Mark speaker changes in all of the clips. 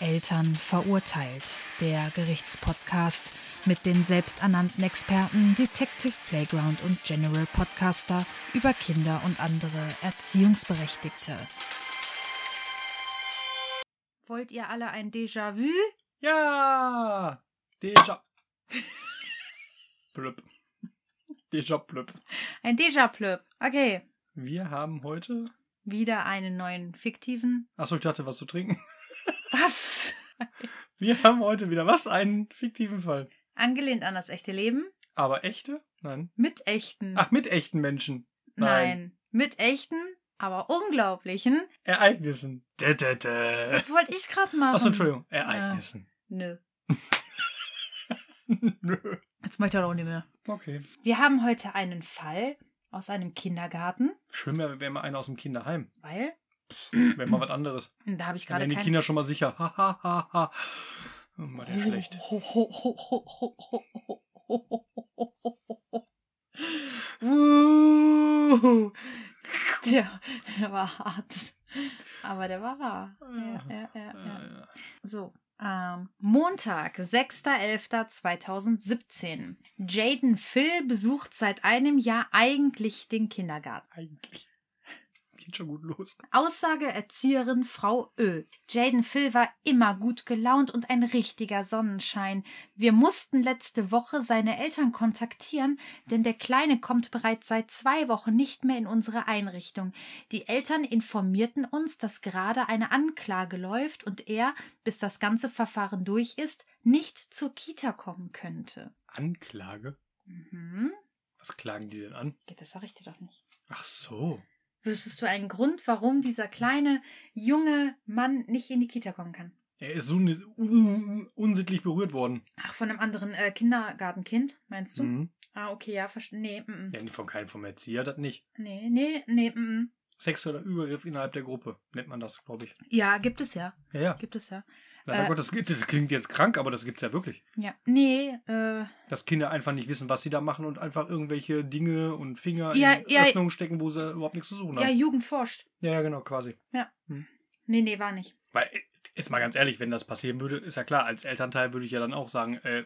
Speaker 1: Eltern verurteilt. Der Gerichtspodcast mit den selbsternannten Experten Detective Playground und General Podcaster über Kinder und andere Erziehungsberechtigte. Wollt ihr alle ein Déjà-vu?
Speaker 2: Ja! Déjà. blöp. Déjà blöp.
Speaker 1: Ein Déjà-plöp. Okay,
Speaker 2: Wir haben heute.
Speaker 1: wieder einen neuen fiktiven.
Speaker 2: Achso, ich dachte, was zu trinken.
Speaker 1: Was?
Speaker 2: Wir haben heute wieder was? Einen fiktiven Fall.
Speaker 1: Angelehnt an das echte Leben?
Speaker 2: Aber echte? Nein.
Speaker 1: Mit echten.
Speaker 2: Ach, mit echten Menschen.
Speaker 1: Nein. Mit echten, aber unglaublichen.
Speaker 2: Ereignissen. Dä, dä, dä.
Speaker 1: Das wollte ich gerade machen.
Speaker 2: Achso, Entschuldigung. Ereignissen.
Speaker 1: Nö.
Speaker 2: Nö.
Speaker 1: Jetzt möchte ich auch nicht mehr.
Speaker 2: okay.
Speaker 1: Wir haben heute einen Fall aus einem Kindergarten,
Speaker 2: Schön wäre, wäre mal einer aus dem Kinderheim.
Speaker 1: weil
Speaker 2: Wäre mal was anderes.
Speaker 1: da habe ich
Speaker 2: Dann
Speaker 1: gerade
Speaker 2: wären die
Speaker 1: kein...
Speaker 2: Kinder schon mal sicher. Ha, ha, ha, ha. War der schlecht.
Speaker 1: Ho, ho, ho, ho, ho, ho, ho, ho, ho, ho, ho, ho, ho. Uh. Tja, der war hart. Aber der war wahr.
Speaker 2: Ah.
Speaker 1: Ja, ja, ja, ja.
Speaker 2: Äh,
Speaker 1: So. Ähm, Montag, 6.11.2017. Jaden Phil besucht seit einem Jahr eigentlich den Kindergarten.
Speaker 2: eigentlich. Geht schon gut los.
Speaker 1: Aussage Erzieherin Frau Ö. Jaden Phil war immer gut gelaunt und ein richtiger Sonnenschein. Wir mussten letzte Woche seine Eltern kontaktieren, denn der Kleine kommt bereits seit zwei Wochen nicht mehr in unsere Einrichtung. Die Eltern informierten uns, dass gerade eine Anklage läuft und er, bis das ganze Verfahren durch ist, nicht zur Kita kommen könnte.
Speaker 2: Anklage?
Speaker 1: Mhm.
Speaker 2: Was klagen die denn an?
Speaker 1: Geht das richtig doch nicht.
Speaker 2: Ach so.
Speaker 1: Wüsstest du einen Grund, warum dieser kleine, junge Mann nicht in die Kita kommen kann?
Speaker 2: Er ist so un- un- unsittlich berührt worden.
Speaker 1: Ach, von einem anderen äh, Kindergartenkind, meinst du?
Speaker 2: Mhm.
Speaker 1: Ah, okay, ja, verstehe. Nee, mm, mm.
Speaker 2: Ja, nicht von keinem vom Erzieher, das nicht.
Speaker 1: nee, nee, nee, mm.
Speaker 2: Sexueller Übergriff innerhalb der Gruppe, nennt man das, glaube ich.
Speaker 1: Ja, gibt es ja,
Speaker 2: Ja, ja.
Speaker 1: gibt es ja.
Speaker 2: Leider
Speaker 1: Äh.
Speaker 2: Gott, das, das klingt jetzt krank, aber das gibt's ja wirklich.
Speaker 1: Ja, nee, äh,
Speaker 2: Dass Kinder einfach nicht wissen, was sie da machen und einfach irgendwelche Dinge und Finger
Speaker 1: Ja,
Speaker 2: in
Speaker 1: ja.
Speaker 2: Öffnungen stecken, wo sie überhaupt nichts zu suchen
Speaker 1: ja,
Speaker 2: haben.
Speaker 1: Jugend forscht.
Speaker 2: Ja, ja, genau, quasi.
Speaker 1: Nee, nee, war nicht.
Speaker 2: Weil, äh, jetzt mal ganz ehrlich, wenn das passieren würde, ist ja klar, als Elternteil würde ich ja dann auch sagen, äh,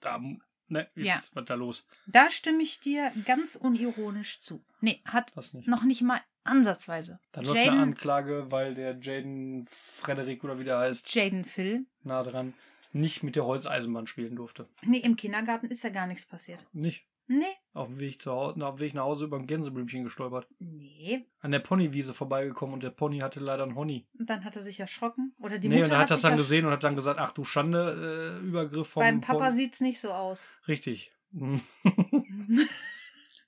Speaker 2: da, ne, jetzt,
Speaker 1: Ja.
Speaker 2: was da los?
Speaker 1: Da stimme ich dir ganz unironisch zu. Nee, hat
Speaker 2: Das nicht.
Speaker 1: noch nicht mal ansatzweise.
Speaker 2: Dann läuft eine
Speaker 1: Jaden,
Speaker 2: Anklage, weil der Jaden Frederik oder wie der heißt,
Speaker 1: Jaden Phil.
Speaker 2: nah dran, nicht mit der Holzeisenbahn spielen durfte.
Speaker 1: Nee, im Kindergarten ist ja gar nichts passiert.
Speaker 2: Nicht.
Speaker 1: Nee,
Speaker 2: Auf dem Weg, zu Hause, auf dem Weg nach Hause über ein Gänseblümchen gestolpert.
Speaker 1: nee.
Speaker 2: An der Ponywiese vorbeigekommen und der Pony hatte leider einen Honny.
Speaker 1: Und dann hat er sich erschrocken. Oder die
Speaker 2: nee,
Speaker 1: Mutter
Speaker 2: und er hat das
Speaker 1: sich
Speaker 2: dann
Speaker 1: ersch-
Speaker 2: gesehen und hat dann gesagt, ach du Schande, äh, Übergriff vom
Speaker 1: Beim Papa
Speaker 2: Pony.
Speaker 1: sieht's nicht so aus.
Speaker 2: Richtig. Mhm.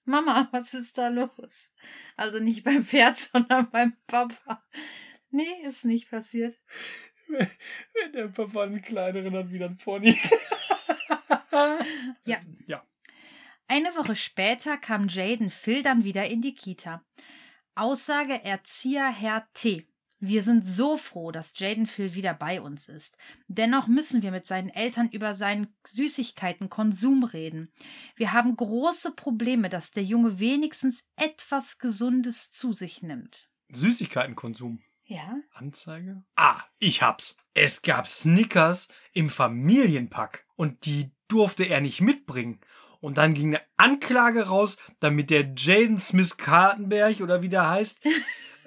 Speaker 1: Mama, was ist da los? Also nicht beim Pferd, sondern beim Papa. Nee, ist nicht passiert.
Speaker 2: Wenn der Papa einen kleineren hat wie ein Pony.
Speaker 1: Ja.
Speaker 2: Ja.
Speaker 1: Eine Woche später kam Jaden Phil dann wieder in die Kita. Aussage Erzieher Herr T. Wir sind so froh, dass Jaden Phil wieder bei uns ist. Dennoch müssen wir mit seinen Eltern über seinen Süßigkeitenkonsum reden. Wir haben große Probleme, dass der Junge wenigstens etwas Gesundes zu sich nimmt.
Speaker 2: Süßigkeitenkonsum.
Speaker 1: Ja,
Speaker 2: Anzeige? Ah, ich hab's. Es gab Snickers im Familienpack und die durfte er nicht mitbringen. Und dann ging eine Anklage raus, damit der Jaden Smith Kartenberg oder wie der heißt,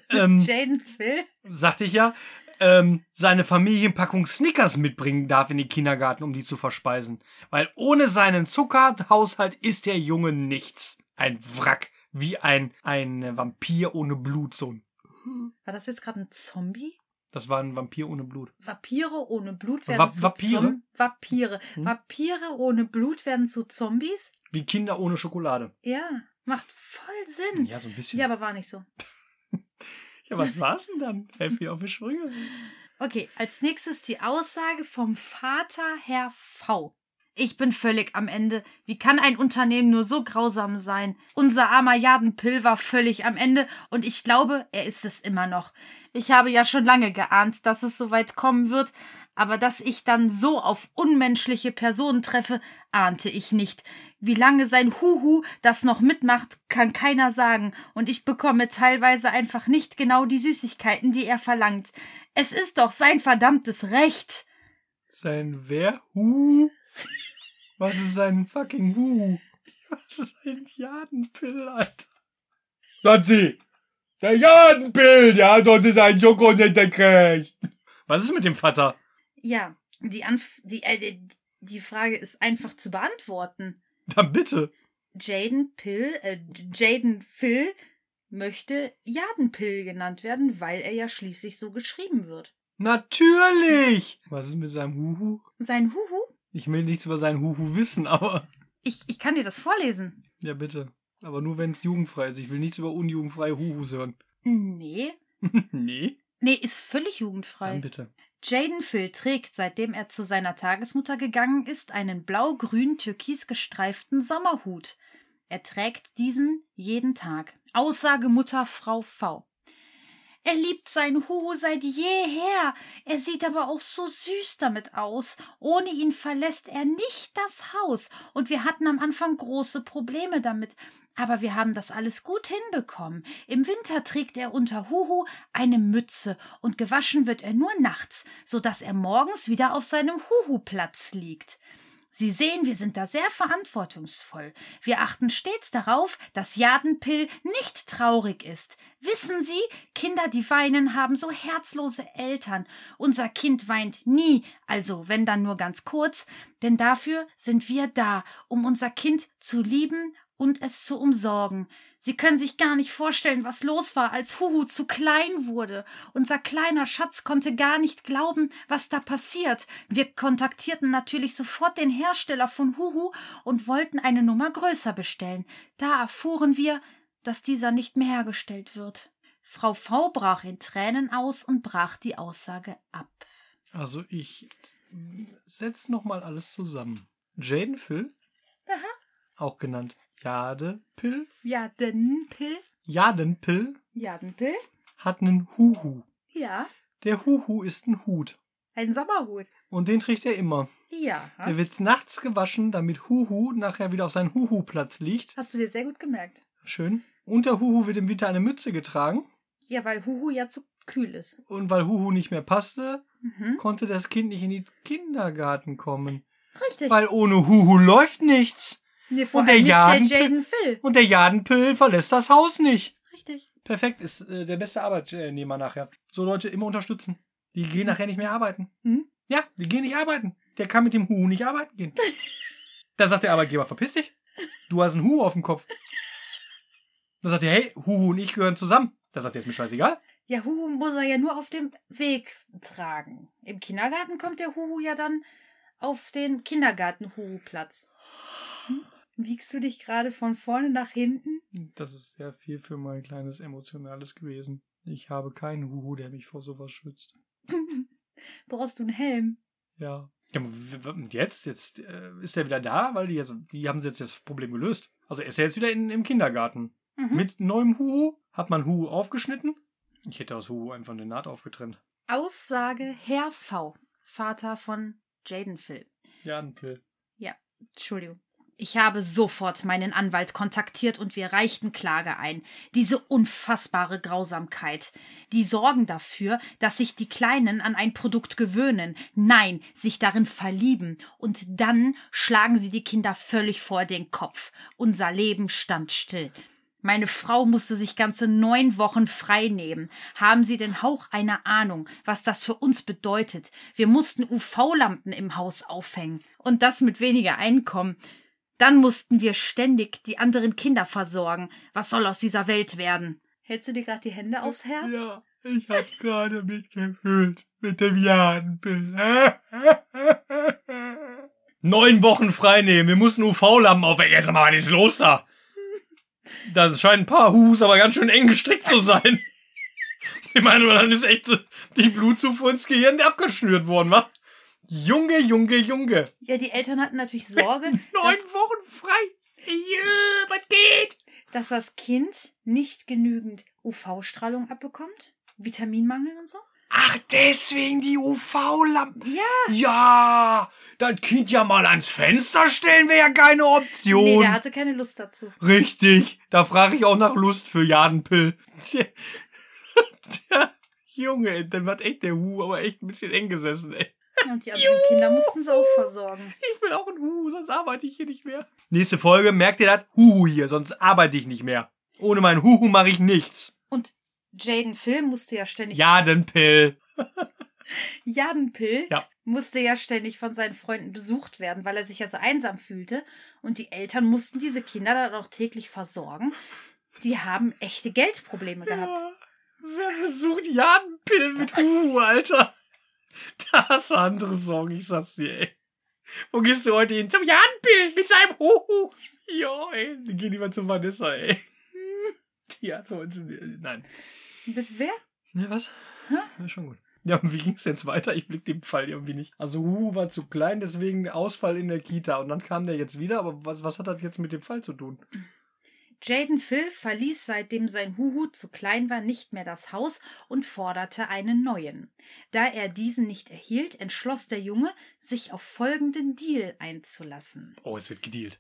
Speaker 2: ähm,
Speaker 1: Jaden Phil?
Speaker 2: sagte ich ja, ähm, seine Familienpackung Snickers mitbringen darf in den Kindergarten, um die zu verspeisen. Weil ohne seinen Zuckerhaushalt ist der Junge nichts. Ein Wrack. Wie ein, ein Vampir ohne Blut, so ein.
Speaker 1: War das jetzt gerade ein Zombie?
Speaker 2: Das war ein Vampir ohne Blut.
Speaker 1: Vampire ohne Blut
Speaker 2: Wa-
Speaker 1: werden zu
Speaker 2: Vampire?
Speaker 1: Zom- Vampire.
Speaker 2: Hm?
Speaker 1: Vampire ohne Blut werden zu Zombies?
Speaker 2: Wie Kinder ohne Schokolade.
Speaker 1: Ja, macht voll Sinn. Ja,
Speaker 2: so ein bisschen.
Speaker 1: aber war nicht so.
Speaker 2: Ja, was war's denn dann? Helf mir auf die Sprünge.
Speaker 1: Okay, als nächstes die Aussage vom Vater Herr V. Ich bin völlig am Ende. Wie kann ein Unternehmen nur so grausam sein? Unser armer Jadenpill war völlig am Ende und ich glaube, er ist es immer noch. Ich habe ja schon lange geahnt, dass es soweit kommen wird, aber dass ich dann so auf unmenschliche Personen treffe, ahnte ich nicht. Wie lange sein Huhu das noch mitmacht, kann keiner sagen, und ich bekomme teilweise einfach nicht genau die Süßigkeiten, die er verlangt. Es ist doch sein verdammtes Recht.
Speaker 2: Sein wer? Hu? Was ist sein fucking Hu? Was ist ein Jadenpill, Alter?
Speaker 3: Schatzi, der Jadenpill, der hat heute seinen Schoko nicht gekriegt.
Speaker 2: Was ist mit dem Vater?
Speaker 1: Ja, die, Anf die, äh, die Frage ist einfach zu beantworten.
Speaker 2: Dann bitte.
Speaker 1: Jaden Pill, äh, Jaden Phil möchte Jaden Pill genannt werden, weil er ja schließlich so geschrieben wird.
Speaker 2: Natürlich! Was ist mit seinem Huhu?
Speaker 1: Sein Huhu?
Speaker 2: Ich will nichts über seinen Huhu wissen, aber.
Speaker 1: Ich, ich kann dir das vorlesen.
Speaker 2: Ja, bitte. Aber nur wenn es jugendfrei ist. Ich will nichts über unjugendfreie Huhus hören.
Speaker 1: Nee.
Speaker 2: nee?
Speaker 1: Nee, ist völlig jugendfrei.
Speaker 2: Dann bitte.
Speaker 1: Jaden Phil trägt, seitdem er zu seiner Tagesmutter gegangen ist, einen blau-grün-türkis gestreiften Sommerhut. Er trägt diesen jeden Tag. Aussage Mutter Frau V. Er liebt seinen Huhu seit jeher. Er sieht aber auch so süß damit aus. Ohne ihn verlässt er nicht das Haus. Und wir hatten am Anfang große Probleme damit. Aber wir haben das alles gut hinbekommen. Im Winter trägt er unter Huhu eine Mütze und gewaschen wird er nur nachts, so dass er morgens wieder auf seinem Huhu-Platz liegt. Sie sehen, wir sind da sehr verantwortungsvoll. Wir achten stets darauf, dass Jadenpill nicht traurig ist. Wissen Sie, Kinder, die weinen, haben so herzlose Eltern. Unser Kind weint nie, also wenn dann nur ganz kurz, denn dafür sind wir da, um unser Kind zu lieben und es zu umsorgen. Sie können sich gar nicht vorstellen, was los war, als Huhu zu klein wurde. Unser kleiner Schatz konnte gar nicht glauben, was da passiert. Wir kontaktierten natürlich sofort den Hersteller von Huhu und wollten eine Nummer größer bestellen. Da erfuhren wir, dass dieser nicht mehr hergestellt wird. Frau V brach in Tränen aus und brach die Aussage ab.
Speaker 2: Also ich setz nochmal alles zusammen. Jaden Phil,
Speaker 1: Aha.
Speaker 2: auch genannt Jadepill.
Speaker 1: Jadenpill?
Speaker 2: Jadenpill
Speaker 1: Jadenpill?
Speaker 2: hat einen Huhu.
Speaker 1: Ja.
Speaker 2: Der Huhu ist ein Hut.
Speaker 1: Ein Sommerhut.
Speaker 2: Und den trägt er immer.
Speaker 1: Ja.
Speaker 2: Er wird nachts gewaschen, damit Huhu nachher wieder auf seinen Huhu-Platz liegt.
Speaker 1: Hast du dir sehr gut gemerkt.
Speaker 2: Schön. Unter Huhu wird im Winter eine Mütze getragen.
Speaker 1: Ja, weil Huhu ja zu kühl ist.
Speaker 2: Und weil Huhu nicht mehr passte,
Speaker 1: Mhm.
Speaker 2: konnte das Kind nicht in den Kindergarten kommen.
Speaker 1: Richtig.
Speaker 2: Weil ohne Huhu läuft nichts.
Speaker 1: nee, vor
Speaker 2: und
Speaker 1: allem
Speaker 2: der
Speaker 1: nicht der
Speaker 2: Jaden-
Speaker 1: Jaden Phil.
Speaker 2: Und der Jadenpill verlässt das Haus nicht.
Speaker 1: Richtig.
Speaker 2: Perfekt, ist äh, der beste Arbeitnehmer nachher. So Leute immer unterstützen. Die gehen nachher nicht mehr arbeiten.
Speaker 1: Mhm.
Speaker 2: Ja, die gehen nicht arbeiten. Der kann mit dem Huhu nicht arbeiten gehen. da sagt der Arbeitgeber, verpiss dich. Du hast einen Huhu auf dem Kopf. Da sagt er, hey, Huhu und ich gehören zusammen. Da sagt er, ist mir scheißegal.
Speaker 1: Ja, Huhu muss er ja nur auf dem Weg tragen. Im Kindergarten kommt der Huhu ja dann auf den Kindergarten-Huhu-Platz. Hm? Wiegst du dich gerade von vorne nach hinten?
Speaker 2: Das ist sehr viel für mein kleines Emotionales gewesen. Ich habe keinen Huhu, der mich vor sowas schützt.
Speaker 1: Brauchst du einen Helm?
Speaker 2: Ja. ja w- w- und jetzt? Jetzt äh, ist er wieder da, weil die jetzt, die haben sie jetzt das Problem gelöst. Also er ist ja jetzt wieder in, im Kindergarten.
Speaker 1: Mhm.
Speaker 2: Mit neuem Huhu hat man Huhu aufgeschnitten. Ich hätte aus Huhu einfach eine Naht aufgetrennt.
Speaker 1: Aussage Herr V., Vater von Jaden Phil.
Speaker 2: Ja, ein Pill.
Speaker 1: Entschuldigung. Ich habe sofort meinen Anwalt kontaktiert und wir reichten Klage ein. Diese unfassbare Grausamkeit. Die sorgen dafür, dass sich die Kleinen an ein Produkt gewöhnen, nein, sich darin verlieben, und dann schlagen sie die Kinder völlig vor den Kopf. Unser Leben stand still. Meine Frau musste sich ganze neun Wochen frei nehmen. Haben Sie den Hauch einer Ahnung, was das für uns bedeutet? Wir mussten UV-Lampen im Haus aufhängen und das mit weniger Einkommen. Dann mussten wir ständig die anderen Kinder versorgen. Was soll aus dieser Welt werden? Hältst du dir gerade die Hände aufs Herz?
Speaker 3: Ja, ich hab gerade mitgefühlt mit dem Jadenpill.
Speaker 2: Neun Wochen frei nehmen. Wir mussten UV-Lampen aufwecken. Jetzt mal, was ist los da? Das scheinen ein paar Huhus aber ganz schön eng gestrickt zu sein. Ich meine, dann ist echt die Blutzufuhr ins Gehirn abgeschnürt worden, wa? Junge, Junge, Junge.
Speaker 1: Ja, die Eltern hatten natürlich Sorge,
Speaker 2: Neun
Speaker 1: dass,
Speaker 2: Wochen frei. Jö, was geht?
Speaker 1: dass das Kind nicht genügend UV-Strahlung abbekommt, Vitaminmangel und so.
Speaker 2: Ach, deswegen die UV-Lampen.
Speaker 1: Ja.
Speaker 2: Ja, das Kind ja mal ans Fenster stellen wäre ja keine Option.
Speaker 1: Nee, der hatte keine Lust dazu.
Speaker 2: Richtig, da frage ich auch nach Lust für Jadenpill. Der, der Junge, dann hat echt der Hu aber echt ein bisschen eng gesessen, ey.
Speaker 1: Und die anderen Kinder mussten sie auch versorgen.
Speaker 2: Ich will auch ein Hu, sonst arbeite ich hier nicht mehr. Nächste Folge, merkt ihr das? Huhu hier, sonst arbeite ich nicht mehr. Ohne mein Huhu mache ich nichts.
Speaker 1: Und Jaden Phil musste ja ständig.
Speaker 2: Jadenpill.
Speaker 1: Jadenpill
Speaker 2: Ja.
Speaker 1: musste ja ständig von seinen Freunden besucht werden, weil er sich ja so einsam fühlte. Und die Eltern mussten diese Kinder dann auch täglich versorgen. Die haben echte Geldprobleme gehabt.
Speaker 2: Ja. Ah, Wer versucht Jadenpill mit Huhu, Alter? Da hast du andere Sorgen, ich sag's dir, ey. Wo gehst du heute hin? Zum Jadenpill mit seinem Huhu. Jo, ey, wir gehen lieber zu Vanessa, ey. Die hat heute... Nein.
Speaker 1: Mit wer?
Speaker 2: Ne, was?
Speaker 1: Hä?
Speaker 2: Ja, schon gut. Ja, und wie ging's jetzt weiter? Ich blick dem Fall irgendwie nicht. Also Hu war zu klein, deswegen Ausfall in der Kita. Und dann kam der jetzt wieder, aber was, was hat das jetzt mit dem Fall zu tun?
Speaker 1: Jaden Phil verließ seitdem sein Huhu zu klein war nicht mehr das Haus und forderte einen neuen. Da er diesen nicht erhielt, entschloss der Junge, sich auf folgenden Deal einzulassen.
Speaker 2: Oh, es wird gedealt.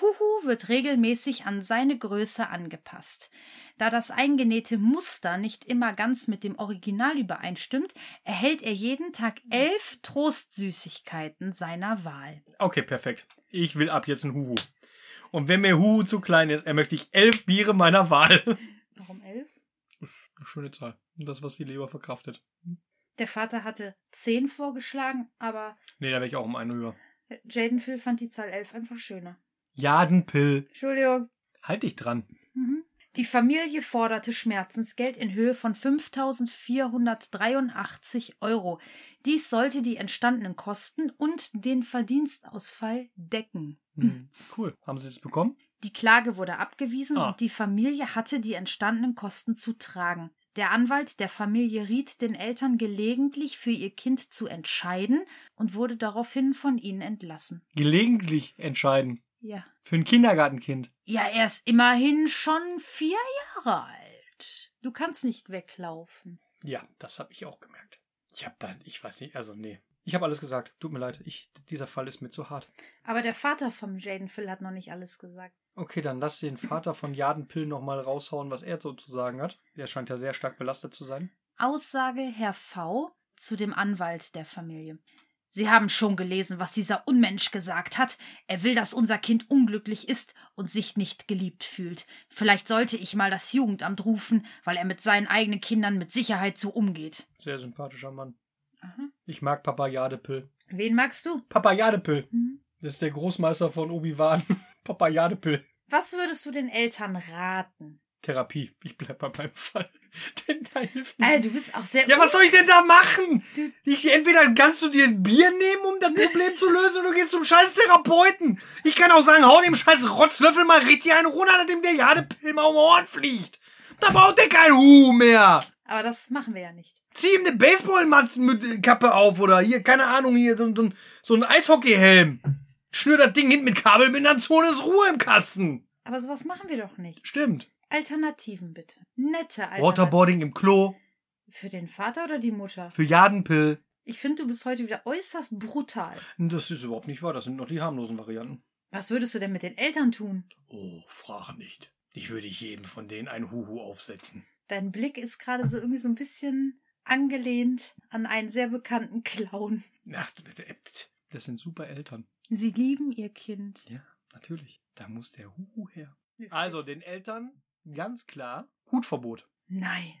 Speaker 1: Huhu wird regelmäßig an seine Größe angepasst. Da das eingenähte Muster nicht immer ganz mit dem Original übereinstimmt, erhält er jeden Tag elf Trostsüßigkeiten seiner Wahl.
Speaker 2: Okay, perfekt. Ich will ab jetzt ein Huhu. Und wenn mir Huhu zu klein ist, er möchte ich elf Biere meiner Wahl.
Speaker 1: Warum elf?
Speaker 2: Eine schöne Zahl. Und Das, was die Leber verkraftet.
Speaker 1: Der Vater hatte zehn vorgeschlagen, aber
Speaker 2: Nee, da wäre ich auch um einen höher.
Speaker 1: Jaden Phil fand die Zahl elf einfach schöner.
Speaker 2: Jadenpill.
Speaker 1: Entschuldigung.
Speaker 2: Halt dich dran.
Speaker 1: Mhm. Die Familie forderte Schmerzensgeld in Höhe von 5.483 Euro. Dies sollte die entstandenen Kosten und den Verdienstausfall decken.
Speaker 2: Hm, cool. Haben sie es bekommen?
Speaker 1: Die Klage wurde abgewiesen
Speaker 2: Ah.
Speaker 1: und die Familie hatte die entstandenen Kosten zu tragen. Der Anwalt der Familie riet den Eltern gelegentlich für ihr Kind zu entscheiden und wurde daraufhin von ihnen entlassen.
Speaker 2: Gelegentlich entscheiden.
Speaker 1: Ja.
Speaker 2: Für ein Kindergartenkind.
Speaker 1: Ja, er ist immerhin schon vier Jahre alt. Du kannst nicht weglaufen.
Speaker 2: Ja, das habe ich auch gemerkt. Ich habe dann, ich weiß nicht, also nee. Ich habe alles gesagt. Tut mir leid, ich, dieser Fall ist mir zu hart.
Speaker 1: Aber der Vater von Jaden Phil hat noch nicht alles gesagt.
Speaker 2: Okay, dann lass den Vater von Jadenpill nochmal raushauen, was er so zu sagen hat. Der scheint ja sehr stark belastet zu sein.
Speaker 1: Aussage Herr V zu dem Anwalt der Familie. Sie haben schon gelesen, was dieser Unmensch gesagt hat. Er will, dass unser Kind unglücklich ist und sich nicht geliebt fühlt. Vielleicht sollte ich mal das Jugendamt rufen, weil er mit seinen eigenen Kindern mit Sicherheit so umgeht.
Speaker 2: Sehr sympathischer Mann.
Speaker 1: Aha.
Speaker 2: Ich mag Papa Jadepill.
Speaker 1: Wen magst du?
Speaker 2: Papa Jadepill!
Speaker 1: Hm?
Speaker 2: Das ist der Großmeister von Obi-Wan. Papa Jadepill.
Speaker 1: Was würdest du den Eltern raten?
Speaker 2: Therapie. Ich bleib bei meinem Fall. Denn da hilft mir.
Speaker 1: Äh, du bist auch sehr.
Speaker 2: Ja, was soll ich denn da machen?
Speaker 1: Du-
Speaker 2: Ich, entweder kannst du dir ein Bier nehmen, um das Problem zu lösen, oder du gehst zum scheiß Therapeuten. Ich kann auch sagen, hau dem scheiß Rotzlöffel mal richtig einen runter, nachdem der Jadepilm auf dem Horn fliegt. Da braucht der kein Hu mehr.
Speaker 1: Aber das machen wir ja nicht.
Speaker 2: Zieh ihm eine Baseballkappe auf oder hier, keine Ahnung, hier so, so, so ein Eishockeyhelm. Schnür das Ding hinten mit Kabelbindern zu und ist Ruhe im Kasten.
Speaker 1: Aber sowas machen wir doch nicht.
Speaker 2: Stimmt.
Speaker 1: Alternativen bitte. Nette Alternativen.
Speaker 2: Waterboarding im Klo
Speaker 1: Für den Vater oder die Mutter?
Speaker 2: für Jadenpill.
Speaker 1: Ich finde, du bist heute wieder äußerst brutal.
Speaker 2: Das ist überhaupt nicht wahr, das sind noch die harmlosen Varianten.
Speaker 1: Was würdest du denn mit den Eltern tun?
Speaker 2: Oh, frag nicht. Ich würde jedem von denen ein Huhu aufsetzen.
Speaker 1: Dein Blick ist gerade so irgendwie so ein bisschen angelehnt an einen sehr bekannten Clown.
Speaker 2: Ach, das sind super Eltern.
Speaker 1: Sie lieben ihr Kind.
Speaker 2: Ja, natürlich. Da muss der Huhu her. Also den Eltern ganz klar Hutverbot.
Speaker 1: Nein.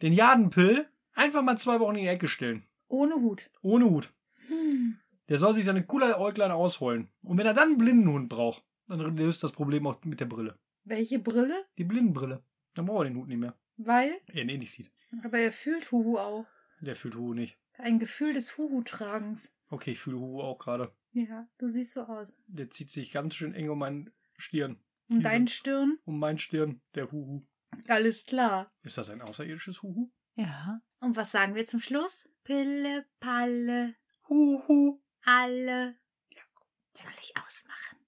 Speaker 2: Den Jadenpill einfach mal zwei Wochen in die Ecke stellen.
Speaker 1: Ohne Hut.
Speaker 2: Ohne Hut.
Speaker 1: Hm.
Speaker 2: Der soll sich seine cooler Äuglein ausholen. Und wenn er dann einen Blindenhund braucht, dann löst das Problem auch mit der Brille.
Speaker 1: Welche Brille?
Speaker 2: Die Blindenbrille. Dann braucht er den Hut nicht mehr.
Speaker 1: Weil.
Speaker 2: Er ihn eh nicht sieht.
Speaker 1: Aber er fühlt Huhu auch.
Speaker 2: Der fühlt Huhu nicht.
Speaker 1: Ein Gefühl des Huhu-Tragens.
Speaker 2: Okay, ich fühle Huhu auch gerade.
Speaker 1: Ja, du siehst so aus.
Speaker 2: Der zieht sich ganz schön eng um meinen Stirn.
Speaker 1: Und
Speaker 2: Diese-
Speaker 1: dein Stirn?
Speaker 2: um mein Stirn, der Huhu.
Speaker 1: Alles klar.
Speaker 2: Ist das ein außerirdisches Huhu?
Speaker 1: Ja. Und was sagen wir zum Schluss? Pille, Palle,
Speaker 2: Huhu.
Speaker 1: alle. Soll ich ausmachen?